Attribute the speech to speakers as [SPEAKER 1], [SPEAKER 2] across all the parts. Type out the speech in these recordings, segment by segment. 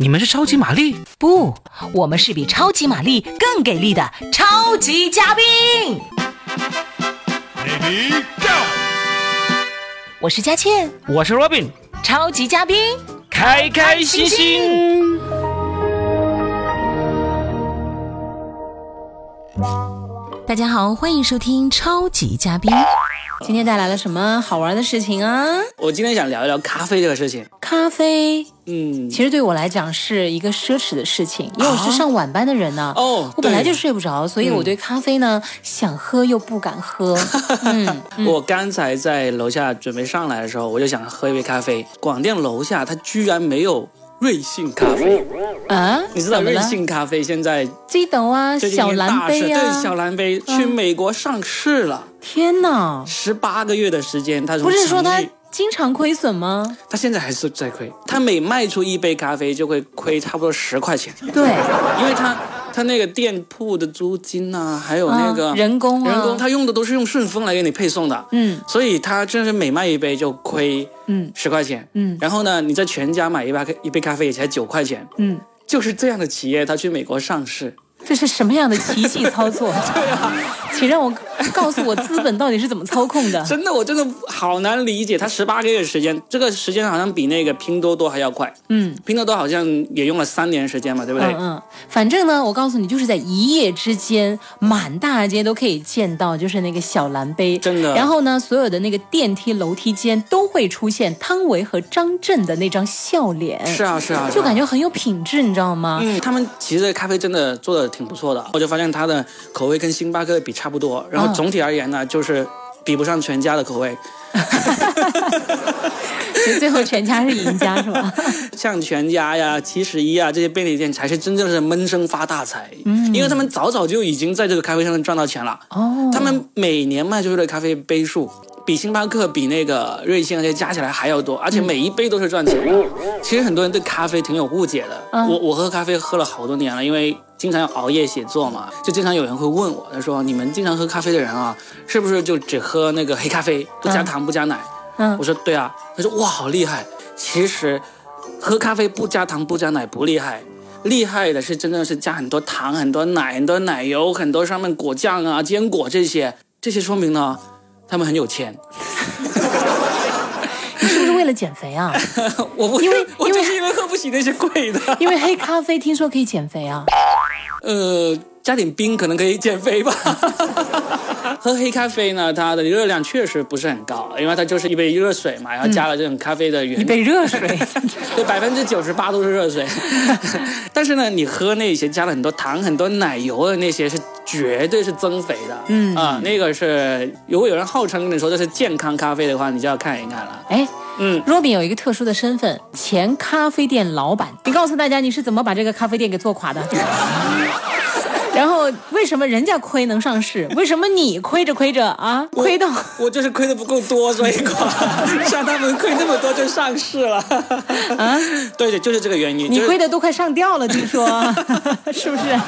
[SPEAKER 1] 你们是超级玛丽？
[SPEAKER 2] 不，我们是比超级玛丽更给力的超级嘉宾。
[SPEAKER 3] Ready go！
[SPEAKER 2] 我是佳倩，
[SPEAKER 1] 我是 Robin，
[SPEAKER 2] 超级嘉宾。
[SPEAKER 1] 开开心心。
[SPEAKER 2] 大家好，欢迎收听超级嘉宾。
[SPEAKER 4] 今天带来了什么好玩的事情啊？
[SPEAKER 5] 我今天想聊一聊咖啡这个事情。
[SPEAKER 4] 咖啡
[SPEAKER 5] 嗯，
[SPEAKER 4] 其实对我来讲是一个奢侈的事情，因为我是上晚班的人呢。
[SPEAKER 5] 哦
[SPEAKER 4] 我本来
[SPEAKER 5] 对
[SPEAKER 4] 就睡不着，所以我对咖啡呢、想喝又不敢喝。 嗯，
[SPEAKER 5] 我刚才在楼下准备上来的时候，我就想喝一杯咖啡。广电楼下它居然没有瑞幸咖啡，
[SPEAKER 4] 啊，
[SPEAKER 5] 你知道
[SPEAKER 4] 怎么
[SPEAKER 5] 瑞
[SPEAKER 4] 了
[SPEAKER 5] 幸咖啡现在
[SPEAKER 4] 鸡斗啊，
[SPEAKER 5] 最近
[SPEAKER 4] 小
[SPEAKER 5] 一个
[SPEAKER 4] 蓝
[SPEAKER 5] 大事，
[SPEAKER 4] 杯啊，
[SPEAKER 5] 对，小蓝杯去美国上市了，
[SPEAKER 4] 天哪！
[SPEAKER 5] 十八个月的时间，它从
[SPEAKER 4] 不是说
[SPEAKER 5] 成
[SPEAKER 4] 他
[SPEAKER 5] 立
[SPEAKER 4] 经常亏损吗？
[SPEAKER 5] 它现在还是在亏，它每卖出一杯咖啡就会亏差不多十块钱，
[SPEAKER 4] 对，
[SPEAKER 5] 因为它它那个店铺的租金呐、还有那个、
[SPEAKER 4] 啊人工啊
[SPEAKER 5] 人工，他用的都是用顺丰来给你配送的，
[SPEAKER 4] 嗯
[SPEAKER 5] 所以他真是每卖一杯就亏
[SPEAKER 4] 嗯
[SPEAKER 5] 十块钱，
[SPEAKER 4] 嗯
[SPEAKER 5] 然后呢，你在全家买一杯咖一杯咖啡也才九块钱，
[SPEAKER 4] 嗯，
[SPEAKER 5] 就是这样的企业，它去美国上市，
[SPEAKER 4] 这是什么样的奇迹操 作？对啊，请让我告诉我资本到底是怎么操控的。嗯
[SPEAKER 5] 真的我真的好难理解，它十八个月的时间，这个时间好像比那个拼多多还要快，
[SPEAKER 4] 嗯。
[SPEAKER 5] 拼多多好像也用了三年时间嘛，对不对？
[SPEAKER 4] 嗯嗯，反正呢，我告诉你，就是在一夜之间，满大街都可以见到，就是那个小蓝杯，
[SPEAKER 5] 真的
[SPEAKER 4] 然后呢，所有的那个电梯、楼梯间都会出现汤唯和张震的那张笑脸，
[SPEAKER 5] 是啊是啊，是啊
[SPEAKER 4] 嗯就感觉很有品质，你知道 吗？
[SPEAKER 5] 嗯，他们其实这个咖啡真的做的挺不错的，我就发现它的口味跟星巴克比差不多，然后
[SPEAKER 4] 嗯
[SPEAKER 5] 总体而言呢，就是比不上全家的口味。
[SPEAKER 4] 所以最后全家是赢家，是 吧？
[SPEAKER 5] 像全家呀、七十一啊这些便利店才是真正是闷声发大财，嗯，因为他们早早就已经在这个咖啡上赚到钱了。
[SPEAKER 4] 哦，
[SPEAKER 5] 他们每年卖出去的咖啡杯数，比星巴克、比那个瑞幸那啊些加起来还要多，而且每一杯都是赚钱的。其实很多人对咖啡挺有误解的，
[SPEAKER 4] 嗯
[SPEAKER 5] 我我喝咖啡喝了好多年了，因为。经常要熬夜写作嘛，
[SPEAKER 4] 嗯
[SPEAKER 5] 就经常有人会问我，他说：“你们经常喝咖啡的人啊，是不是就只喝那个黑咖啡，不加
[SPEAKER 4] 嗯
[SPEAKER 5] 糖不加奶？”
[SPEAKER 4] 嗯
[SPEAKER 5] 我说：“对啊。”他说：“哇，好厉害！”其实，喝咖啡不加糖不加奶不厉害，厉害的是真正是加很多糖、很多奶、很多奶油、很多上面果酱啊、坚果这些，这些说明呢，他们很有钱。
[SPEAKER 4] 你是不是为了减肥啊？
[SPEAKER 5] 我不
[SPEAKER 4] 因为
[SPEAKER 5] 我
[SPEAKER 4] 因为
[SPEAKER 5] 就是因为喝不起那些贵的，
[SPEAKER 4] 因为黑咖啡听说可以减肥 啊？
[SPEAKER 5] 呃，加点冰可能可以减肥吧。 喝黑咖啡呢，它的热量确实不是很高，因为它就是一杯热水嘛，然后加了这种咖啡的原
[SPEAKER 4] 嗯一杯热水，
[SPEAKER 5] 对，百分之九十八都是热水。 但是呢，你喝那些加了很多糖、很多奶油的那些是绝对是增肥的。
[SPEAKER 4] 嗯
[SPEAKER 5] 啊，那个是如果有人号称跟你说这是健康咖啡的话，你就要看一看了。
[SPEAKER 4] 哎。
[SPEAKER 5] 嗯，
[SPEAKER 4] 若饼有一个特殊的身份，前咖啡店老板。你告诉大家你是怎么把这个咖啡店给做垮的？ 然后为什么人家亏能上市？为什么你亏着亏着啊，亏到
[SPEAKER 5] 我就是亏的不够多，所以 垮。像他们亏那么多就上市了。啊， 对对，就是这个原因。
[SPEAKER 4] 你
[SPEAKER 5] 就是
[SPEAKER 4] 亏的都快上吊了？据说 是不是？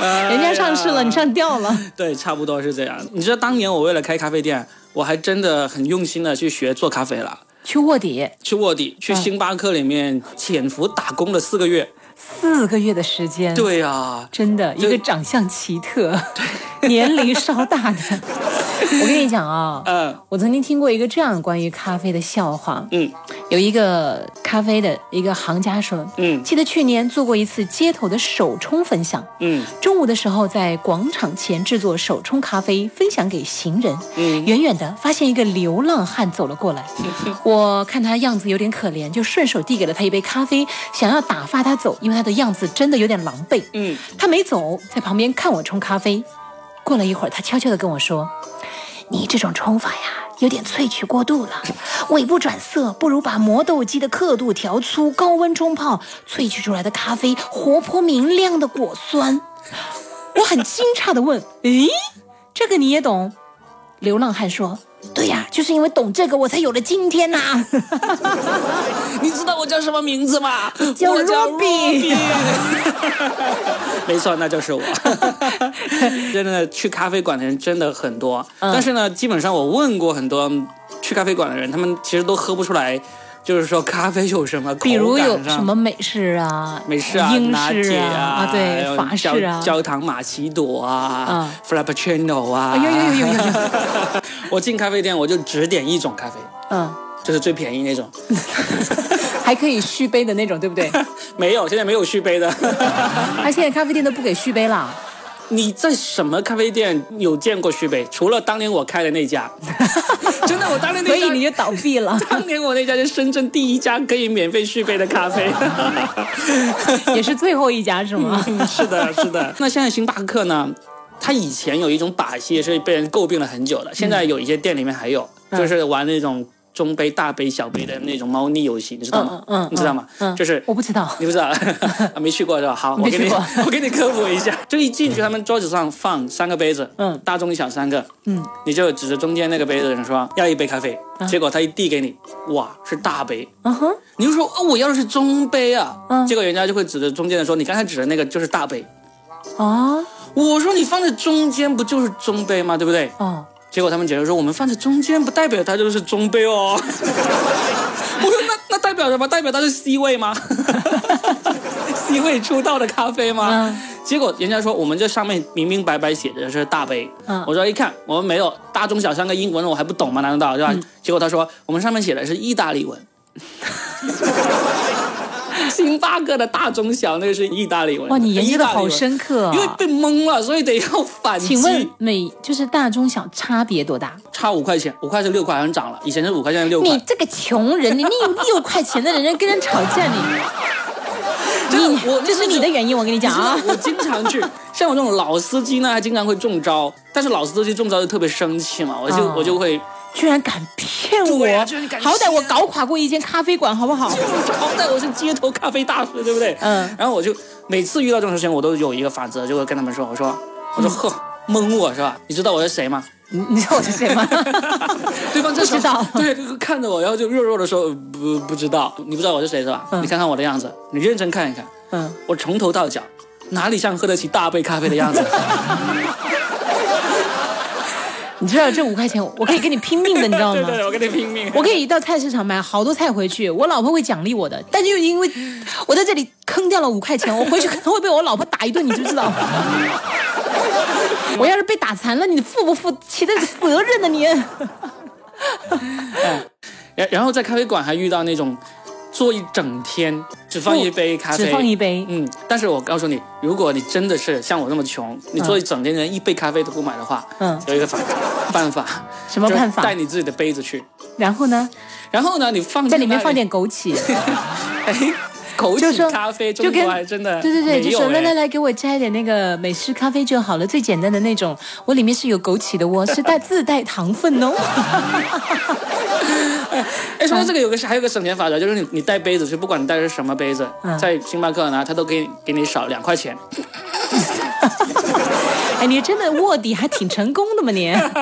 [SPEAKER 5] 呃
[SPEAKER 4] 人家上市了，你上吊了。
[SPEAKER 5] 对，差不多是这样。你知道当年我为了开咖啡店，我还真的很用心的去学做咖啡了。
[SPEAKER 4] 去卧底
[SPEAKER 5] 去卧底，去星巴克里面潜伏打工了四个月。
[SPEAKER 4] 四个月的时间，，
[SPEAKER 5] 对啊呀、
[SPEAKER 4] 真的一
[SPEAKER 5] 就
[SPEAKER 4] 个长相奇特、 年龄稍大的。我跟你讲 啊、
[SPEAKER 5] 嗯
[SPEAKER 4] 我曾经听过一个这样关于咖啡的笑话，
[SPEAKER 5] 嗯
[SPEAKER 4] 有一个咖啡的一个行家说，
[SPEAKER 5] 嗯
[SPEAKER 4] 记得去年做过一次街头的手冲分享。
[SPEAKER 5] 嗯
[SPEAKER 4] 中午的时候，在广场前制作手冲咖啡，分享给行人。
[SPEAKER 5] 嗯
[SPEAKER 4] 远远的发现一个流浪汉走了过 来，我看他样子有点可怜，就顺手递给了他一杯咖啡，想要打发他走，因为他的样子真的有点狼狈。
[SPEAKER 5] 嗯，
[SPEAKER 4] 他没走，在旁边看我冲咖啡。过了一会儿，他悄悄地跟我说：“你这种冲法呀，有点萃取过度了，尾不转色，不如把磨豆机的刻度调粗，高温冲泡，萃取出来的咖啡活泼明亮的果酸。”我很惊诧地问：“诶，这个你也懂？”流浪汉说：“对呀、就是因为懂这个，我才有了今天呐、
[SPEAKER 5] 你知道我叫什么名字吗？
[SPEAKER 4] 叫
[SPEAKER 5] 我叫
[SPEAKER 4] Robin
[SPEAKER 5] Robin 没错，那就是我。 真的，去咖啡馆的人真的很嗯多，但是呢，基本上我问过很多去咖啡馆的人，他们其实都喝不出来。就是说咖啡有什么口感
[SPEAKER 4] 比
[SPEAKER 5] 上，
[SPEAKER 4] 如有什么美式啊、
[SPEAKER 5] 美式啊、
[SPEAKER 4] 英
[SPEAKER 5] 拿
[SPEAKER 4] 式
[SPEAKER 5] 铁
[SPEAKER 4] 啊、
[SPEAKER 5] 啊，还
[SPEAKER 4] 对，
[SPEAKER 5] 有
[SPEAKER 4] 法式啊
[SPEAKER 5] 焦，焦糖玛奇朵啊
[SPEAKER 4] 啊
[SPEAKER 5] ，Frappuccino 啊，
[SPEAKER 4] 哎呦呦呦呦呦呦
[SPEAKER 5] 我进咖啡店我就只点一种咖啡，
[SPEAKER 4] 嗯，
[SPEAKER 5] 就是最便宜那种。
[SPEAKER 4] 还可以续杯的那种，对不对？
[SPEAKER 5] 没有，现在没有 续杯的。
[SPEAKER 4] 而现在咖啡店都不给续杯了，
[SPEAKER 5] 你在什么咖啡店有见过续杯？除了当年我开的 那家， 真的，我当年那
[SPEAKER 4] 所
[SPEAKER 5] 家，，
[SPEAKER 4] 以你就倒闭了
[SPEAKER 5] 当年我那家是深圳第一家可以免费续杯的咖啡。
[SPEAKER 4] 也是最后一家是吗？
[SPEAKER 5] 嗯， 是的，是的。那现在星巴克呢？它以前有一种把戏是被人诟病了很久的，现在有一些店里面还有，
[SPEAKER 4] 嗯
[SPEAKER 5] 就是玩那种中杯、大杯、小杯的那种猫腻游戏，你知道吗？
[SPEAKER 4] 嗯嗯嗯
[SPEAKER 5] 你知道吗？
[SPEAKER 4] 嗯
[SPEAKER 5] 就是
[SPEAKER 4] 我不知道，
[SPEAKER 5] 你不知道， 啊没去过是吧？好，我
[SPEAKER 4] 没
[SPEAKER 5] 给
[SPEAKER 4] 去
[SPEAKER 5] 你
[SPEAKER 4] 过
[SPEAKER 5] 我给你科普 一下，就一进去，他们桌子上放三个杯子，
[SPEAKER 4] 嗯
[SPEAKER 5] 大中小三个，
[SPEAKER 4] 嗯，
[SPEAKER 5] 你就指着中间那个杯子人说要一杯咖啡，结果他一递给你，哇，是大杯，
[SPEAKER 4] 嗯哼，
[SPEAKER 5] 你就说哦，我要的是中杯啊，
[SPEAKER 4] 嗯
[SPEAKER 5] 结果人家就会指着中间的说，你刚才指的那个就是大杯，
[SPEAKER 4] 啊，
[SPEAKER 5] 我说你放在中间不就是中杯吗？对不对？
[SPEAKER 4] 哦，
[SPEAKER 5] 结果他们解释说，我们放在中间不代表它就是中 杯哦。我说那那代表什么？代表它是 C 位 吗？C 位出道的咖啡吗？
[SPEAKER 4] 嗯
[SPEAKER 5] 结果人家说我们这上面明明白白写的是大杯，
[SPEAKER 4] 嗯
[SPEAKER 5] 我说一看我们没有大中小三个英文我还不懂吗？难道对吧？
[SPEAKER 4] 嗯
[SPEAKER 5] 结果他说我们上面写的是意大 利文。星巴克的大中小那个是意大利文，
[SPEAKER 4] 哇，你研究
[SPEAKER 5] 意
[SPEAKER 4] 的
[SPEAKER 5] 大利
[SPEAKER 4] 好
[SPEAKER 5] 文
[SPEAKER 4] 深刻、
[SPEAKER 5] 因为
[SPEAKER 4] 啊。
[SPEAKER 5] 被蒙了，所以得要反击。
[SPEAKER 4] 请问每就是大中小差别多大？
[SPEAKER 5] 差五块钱，五块是六块，好像涨了，以前是五块，现在六
[SPEAKER 4] 你
[SPEAKER 5] 块。
[SPEAKER 4] 这个穷人，你你有六块钱的人，人跟人吵架 你，
[SPEAKER 5] 真的
[SPEAKER 4] 你
[SPEAKER 5] 我
[SPEAKER 4] 这是你的原因，我跟你讲啊
[SPEAKER 5] 你知道。我经常 去，像我这种老司机呢，还经常会中招，但是老司机中招就特别生气嘛，我就、
[SPEAKER 4] 哦
[SPEAKER 5] 我就会
[SPEAKER 4] 居然敢骗我！
[SPEAKER 5] 对啊居然敢
[SPEAKER 4] 好歹我
[SPEAKER 5] 信啊
[SPEAKER 4] 搞垮过一间咖啡馆，好不好？
[SPEAKER 5] 好歹我是街头咖啡大师，对不对？
[SPEAKER 4] 嗯
[SPEAKER 5] 然后我就每次遇到这种事情，我都有一个法则，就会跟他们说，我说，我
[SPEAKER 4] 嗯
[SPEAKER 5] 说呵，蒙我是吧？你知道我 是谁吗？？
[SPEAKER 4] 你你知道我是谁吗
[SPEAKER 5] 对方这
[SPEAKER 4] 不
[SPEAKER 5] 时
[SPEAKER 4] 知
[SPEAKER 5] 候
[SPEAKER 4] 道。
[SPEAKER 5] 对，就看着我，然后就弱弱的说呃不不知道，你不知道我是谁是吧？
[SPEAKER 4] 嗯
[SPEAKER 5] 你看看我的样子，你认真看一看，
[SPEAKER 4] 嗯，
[SPEAKER 5] 我从头到脚哪里像喝得起大杯咖啡的样子？
[SPEAKER 4] 你知道这五块钱，我可以跟你拼命的，你知道
[SPEAKER 5] 对
[SPEAKER 4] 吗
[SPEAKER 5] 对，？我跟你拼命。
[SPEAKER 4] 我可以到菜市场买好多菜回去，我老婆会奖励我的。但就是因为 我在这里坑掉了五块钱，我回去可能会被我老婆打一顿，你知不知 道？我要是被打残了，你负不负起的责任呢、你？
[SPEAKER 5] 然然后在咖啡馆还遇到那种坐一整天只放一杯咖啡，
[SPEAKER 4] 只放一杯
[SPEAKER 5] 嗯，但是我告诉你，如果你真的是像我那么穷，你坐一整天连一杯咖啡都不买的话，
[SPEAKER 4] 嗯
[SPEAKER 5] 有一个法办法，
[SPEAKER 4] 什么办法
[SPEAKER 5] 就是带你自己的杯子去，
[SPEAKER 4] 然后呢，
[SPEAKER 5] 然后呢，你放
[SPEAKER 4] 在里面
[SPEAKER 5] 那
[SPEAKER 4] 放点枸杞。
[SPEAKER 5] 哎，枸
[SPEAKER 4] 就
[SPEAKER 5] 杞
[SPEAKER 4] 说
[SPEAKER 5] 咖啡，
[SPEAKER 4] 就
[SPEAKER 5] 中
[SPEAKER 4] 跟
[SPEAKER 5] 国还真的
[SPEAKER 4] 对对对，就
[SPEAKER 5] 没有
[SPEAKER 4] 说
[SPEAKER 5] 哎
[SPEAKER 4] 来来来，给我加一点那个美式咖啡就好了，最简单的那种。我里面是有枸杞的哦，是带自带糖分 哦。
[SPEAKER 5] 哎，说到这
[SPEAKER 4] 嗯
[SPEAKER 5] 个，有个还有个省钱法则，就是你你带杯子去，不管你带的是什么杯子，
[SPEAKER 4] 嗯
[SPEAKER 5] 在星巴克呢，他都给你给你少两块钱。
[SPEAKER 4] 哎，你真的卧底还挺成功的嘛 你？啊，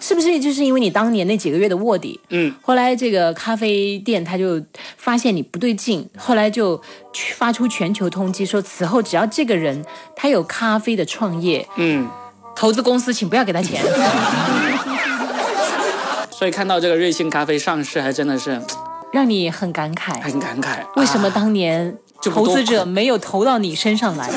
[SPEAKER 4] 是不是就是因为你当年那几个月的卧底？
[SPEAKER 5] 嗯，
[SPEAKER 4] 后来这个咖啡店他就发现你不对劲，后来就去发出全球通缉，说此后只要这个人他有咖啡的创业
[SPEAKER 5] 嗯，
[SPEAKER 4] 投资公司，请不要给他钱。
[SPEAKER 5] 所以看到这个瑞幸咖啡上市，还真的是
[SPEAKER 4] 让你很感慨。
[SPEAKER 5] 很感慨。
[SPEAKER 4] 为什么
[SPEAKER 5] 啊
[SPEAKER 4] 当年
[SPEAKER 5] 这么多
[SPEAKER 4] 投资者没有投到你身上 来？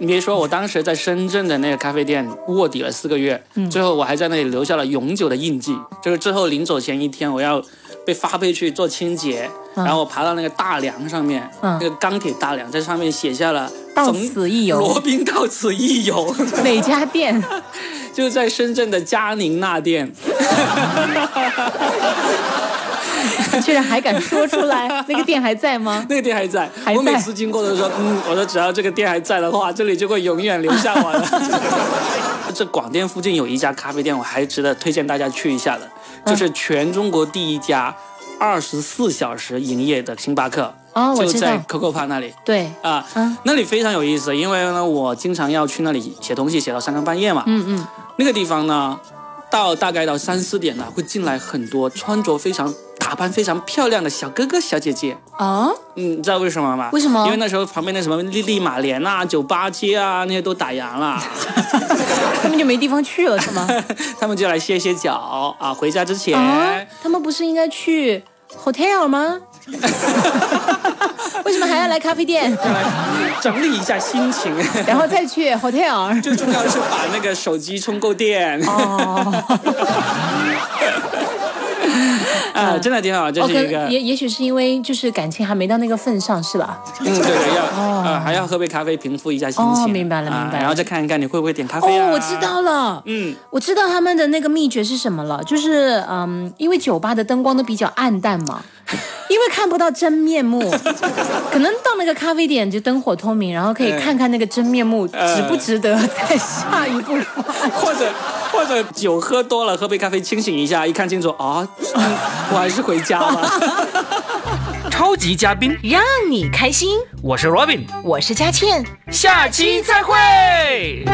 [SPEAKER 5] 你别说，我当时在深圳的那个咖啡店卧底了四个月，
[SPEAKER 4] 嗯
[SPEAKER 5] 最后我还在那里留下了永久的印记。就是最后临走前一天，我要被发配去做清洁，然后我爬到那个大梁上面，
[SPEAKER 4] 嗯
[SPEAKER 5] 那个钢铁大梁，在上面写下了“
[SPEAKER 4] 到
[SPEAKER 5] 冯
[SPEAKER 4] 此一游
[SPEAKER 5] 罗宾到此一游。
[SPEAKER 4] 哪家店？
[SPEAKER 5] 就在深圳的嘉宁那店，
[SPEAKER 4] 你 居然还敢说出 来？那个店还在吗？
[SPEAKER 5] 那个店还在。
[SPEAKER 4] 还在
[SPEAKER 5] 我每次经过都说，嗯，我说只要这个店还在的话，这里就会永远留下 我的。这广电附近有一家咖啡店，我还值得推荐大家去一下的，
[SPEAKER 4] 嗯
[SPEAKER 5] 就是全中国第一家二十四小时营业的星巴克，
[SPEAKER 4] 哦，我
[SPEAKER 5] 就
[SPEAKER 4] 知
[SPEAKER 5] 在
[SPEAKER 4] 道，
[SPEAKER 5] Coco 帕那里。
[SPEAKER 4] 对，
[SPEAKER 5] 啊，
[SPEAKER 4] 嗯
[SPEAKER 5] 那里非常有意思，因为呢，我经常要去那里写东西，写到三更半夜嘛。
[SPEAKER 4] 嗯嗯，
[SPEAKER 5] 那个地方呢，到大概到三四点呢，会进来很多穿着非常、打扮非常漂亮的小哥哥、小姐姐。
[SPEAKER 4] 哦，
[SPEAKER 5] 嗯，你知道为什么吗？
[SPEAKER 4] 为什么
[SPEAKER 5] 因为那时候旁边的什么丽丽玛莲啊、酒吧街啊那些都打烊了，
[SPEAKER 4] 他们就没地方去了是吗？
[SPEAKER 5] 他们就来歇歇脚啊。回家之前，
[SPEAKER 4] 哦 啊，他们不是应该去 hotel 吗？为什么 还要来咖啡店？
[SPEAKER 5] 整理一下心情。
[SPEAKER 4] 然后再去 hotel？
[SPEAKER 5] 最重要的是把那个手机充够电。
[SPEAKER 4] 哦
[SPEAKER 5] 啊，真的挺好，这
[SPEAKER 4] 哦，
[SPEAKER 5] 是
[SPEAKER 4] 可
[SPEAKER 5] 一个，
[SPEAKER 4] 也也许是因为就是感情还没到那个份上，是吧？
[SPEAKER 5] 嗯，对，要啊，还要喝杯咖啡平复一下心情。
[SPEAKER 4] 哦明白了
[SPEAKER 5] 啊
[SPEAKER 4] 明白了
[SPEAKER 5] 然后再看一看你会不会点咖
[SPEAKER 4] 哦
[SPEAKER 5] 啡啊？，
[SPEAKER 4] 我知道了，
[SPEAKER 5] 嗯，
[SPEAKER 4] 我知道他们的那个秘诀是什么了，就是嗯，因为酒吧的灯光都比较暗淡 嘛，因为看不到真面目，可能到那个咖啡店就灯火通明，然后可以
[SPEAKER 5] 嗯
[SPEAKER 4] 看看那个真面目
[SPEAKER 5] 嗯
[SPEAKER 4] 值不值得再下一步发
[SPEAKER 5] 或者或者酒喝多了，喝杯咖啡清醒一下，一看清楚啊、嗯 我还是回家吧。
[SPEAKER 1] 超级嘉宾，
[SPEAKER 2] 让你开心。
[SPEAKER 1] 我是 Robin，
[SPEAKER 2] 我是佳倩。
[SPEAKER 1] 下期再会。